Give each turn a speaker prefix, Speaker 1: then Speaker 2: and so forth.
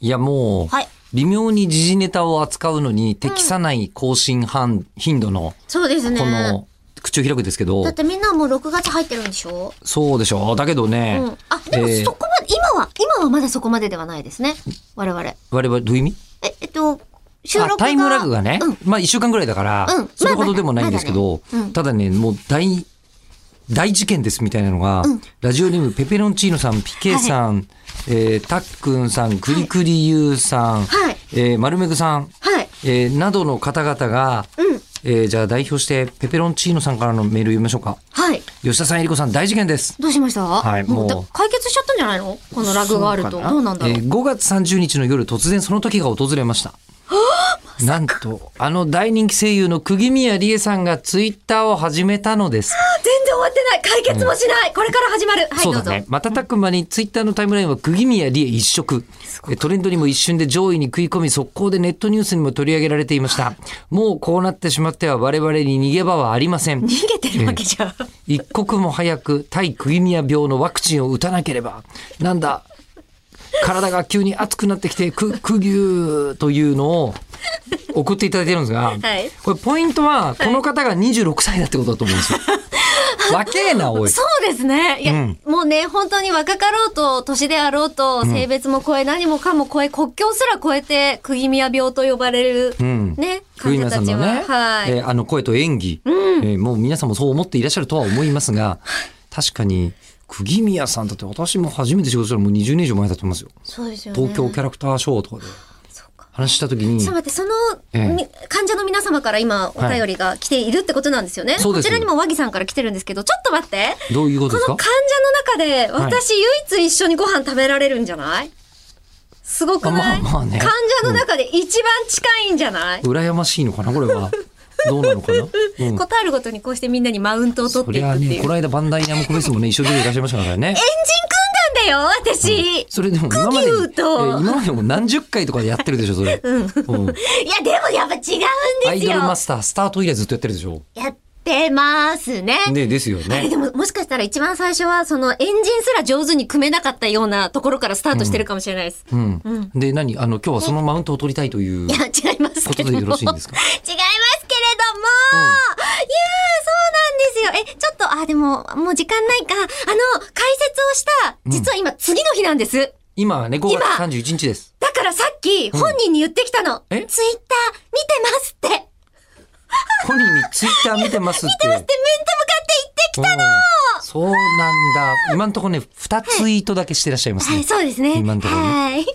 Speaker 1: いやもう、
Speaker 2: はい
Speaker 1: 微妙に時事ネタを扱うのに適さない更新半頻度の、
Speaker 2: そうですね。
Speaker 1: この、口を開くですけど
Speaker 2: だっ、てみんなもう6月入ってるんでしょ
Speaker 1: そうでしょう。だけど
Speaker 2: う
Speaker 1: ね、
Speaker 2: ん。あ、でも
Speaker 1: えー
Speaker 2: そこまで、今は、今はまだそこまでではないですね。我々。え、
Speaker 1: 我々どういう意味
Speaker 2: えっと、収録が。
Speaker 1: あタイムラグがね、
Speaker 2: うん。
Speaker 1: まあ1週間ぐらいだから、
Speaker 2: うん
Speaker 1: それほどでもないんですけど、
Speaker 2: まだまだねうん
Speaker 1: ただね、もう大、大事件ですみたいなのが、
Speaker 2: うん
Speaker 1: ラジオネームペペロンチーノさん、ピケさん、えーたっくんさん、くりくりゆうさん、
Speaker 2: はい
Speaker 1: えー丸めぐさん、
Speaker 2: はい。
Speaker 1: えーなどの方々が、
Speaker 2: うん。
Speaker 1: えーじゃあ代表してペペロンチーノさんからのメール読みましょうか。
Speaker 2: はい。
Speaker 1: 吉田さん、えりこさん、大事件です。
Speaker 2: どうしました
Speaker 1: はいもう
Speaker 2: だ解決しちゃったんじゃないのこのラグがあると。
Speaker 1: そ
Speaker 2: ど
Speaker 1: か
Speaker 2: うなんだろう。
Speaker 1: えー5月30日の夜、突然その時が訪れました。なんと、あの大人気声優の釘宮理恵さんがツイッターを始めたのです。
Speaker 2: 全然終わってない解決もしない、これから始まるはい
Speaker 1: そ
Speaker 2: ど
Speaker 1: う
Speaker 2: う
Speaker 1: だ
Speaker 2: ぞ
Speaker 1: ね。瞬く間にツイッターのタイムラインは釘宮理恵一色。えトレンドにも一瞬で上位に食い込み、速攻でネットニュースにも取り上げられていました。もうこうなってしまっては我々に逃げ場はありません。
Speaker 2: 逃げてるわけじゃん、
Speaker 1: 一刻も早く対クギニア病のワクチンを打たなければなんだ体が急に熱くなってきてくくぎゅーというのを送っていただいてるんですが、
Speaker 2: い
Speaker 1: これポイントはこの方が26歳だってことだと思うん ですよ。若えなおい。
Speaker 2: そうですねいや、
Speaker 1: うん
Speaker 2: もうね本当に若かろうと年であろうと性別も超え、何もかも超え国境すら超えて釘宮病と呼ばれる、
Speaker 1: ん
Speaker 2: ね
Speaker 1: ク
Speaker 2: 患
Speaker 1: ギニ
Speaker 2: 者
Speaker 1: ア
Speaker 2: た
Speaker 1: さん
Speaker 2: ち
Speaker 1: の
Speaker 2: は、
Speaker 1: ね、
Speaker 2: はい、
Speaker 1: えーあの声と演技、えーもう皆さんもそう思っていらっしゃるとは思いますが確かに釘宮さんだって私も初めて仕事したのもう20年以上前だと思いますよ。
Speaker 2: そうですよね
Speaker 1: 東京キャラクターショーとかで
Speaker 2: そうか
Speaker 1: 話した時に
Speaker 2: ちょっと待って、その、
Speaker 1: ええ
Speaker 2: み患者の皆様から今、お便りが来ているってことなんですよね。
Speaker 1: そうです
Speaker 2: こちらにも和木さんから来てるんですけど、ちょっと待って。
Speaker 1: どういうこと
Speaker 2: こ
Speaker 1: です
Speaker 2: の
Speaker 1: か
Speaker 2: 患者の中で、私唯一一緒にご飯食べられるんじゃないすごくない、
Speaker 1: あまあまあね
Speaker 2: 患者の中で一番近いんじゃない、
Speaker 1: 羨ましいのかなこれはどうなのかな、うん、
Speaker 2: 答えるごとにこうしてみんなにマウントを取
Speaker 1: そ
Speaker 2: ってい
Speaker 1: り
Speaker 2: く
Speaker 1: ゃあ
Speaker 2: っていう。
Speaker 1: ねこの間バンダイナムコベースもね一緒に出ていらっしゃいましたからね
Speaker 2: エンジン組んだんだよ、私、
Speaker 1: それでも今まで
Speaker 2: クギューと
Speaker 1: えー今までも何十回とかでやってるでしょそれ、うん
Speaker 2: いや、でもやっ
Speaker 1: ア
Speaker 2: ぱ違うん
Speaker 1: イ
Speaker 2: です
Speaker 1: ドル
Speaker 2: よ
Speaker 1: マ。スタースタート以来ずっとやってるでしょ
Speaker 2: やってますね。
Speaker 1: ねですよ
Speaker 2: あれ
Speaker 1: ね
Speaker 2: でも、もしかしたら一番最初は、そのエンジンすら上手に組めなかったようなところからスタートしてるかもしれないです。
Speaker 1: うん、で何あの今日はそのマウントを取りたいという、
Speaker 2: いや、違いますけ
Speaker 1: こと
Speaker 2: ども。
Speaker 1: でよろしいんですか
Speaker 2: 違いますけれども、いやー、そうなんですよ。え、ちょっと、あ、でも、もう時間ないか。あの、解説をした、実は今、次の日なんです。
Speaker 1: 今はね5月
Speaker 2: 今
Speaker 1: 31日です
Speaker 2: だからさっき、本人に言ってきたの。ツイ
Speaker 1: え
Speaker 2: ッター、見てますって。で、面と
Speaker 1: 本人にツイッター見てますって
Speaker 2: 向かって言ってきたの。
Speaker 1: うんそうなんだ今のところね2ツイートだけしてらっしゃいますね、
Speaker 2: はい、そうですね。
Speaker 1: 今んところね
Speaker 2: はい。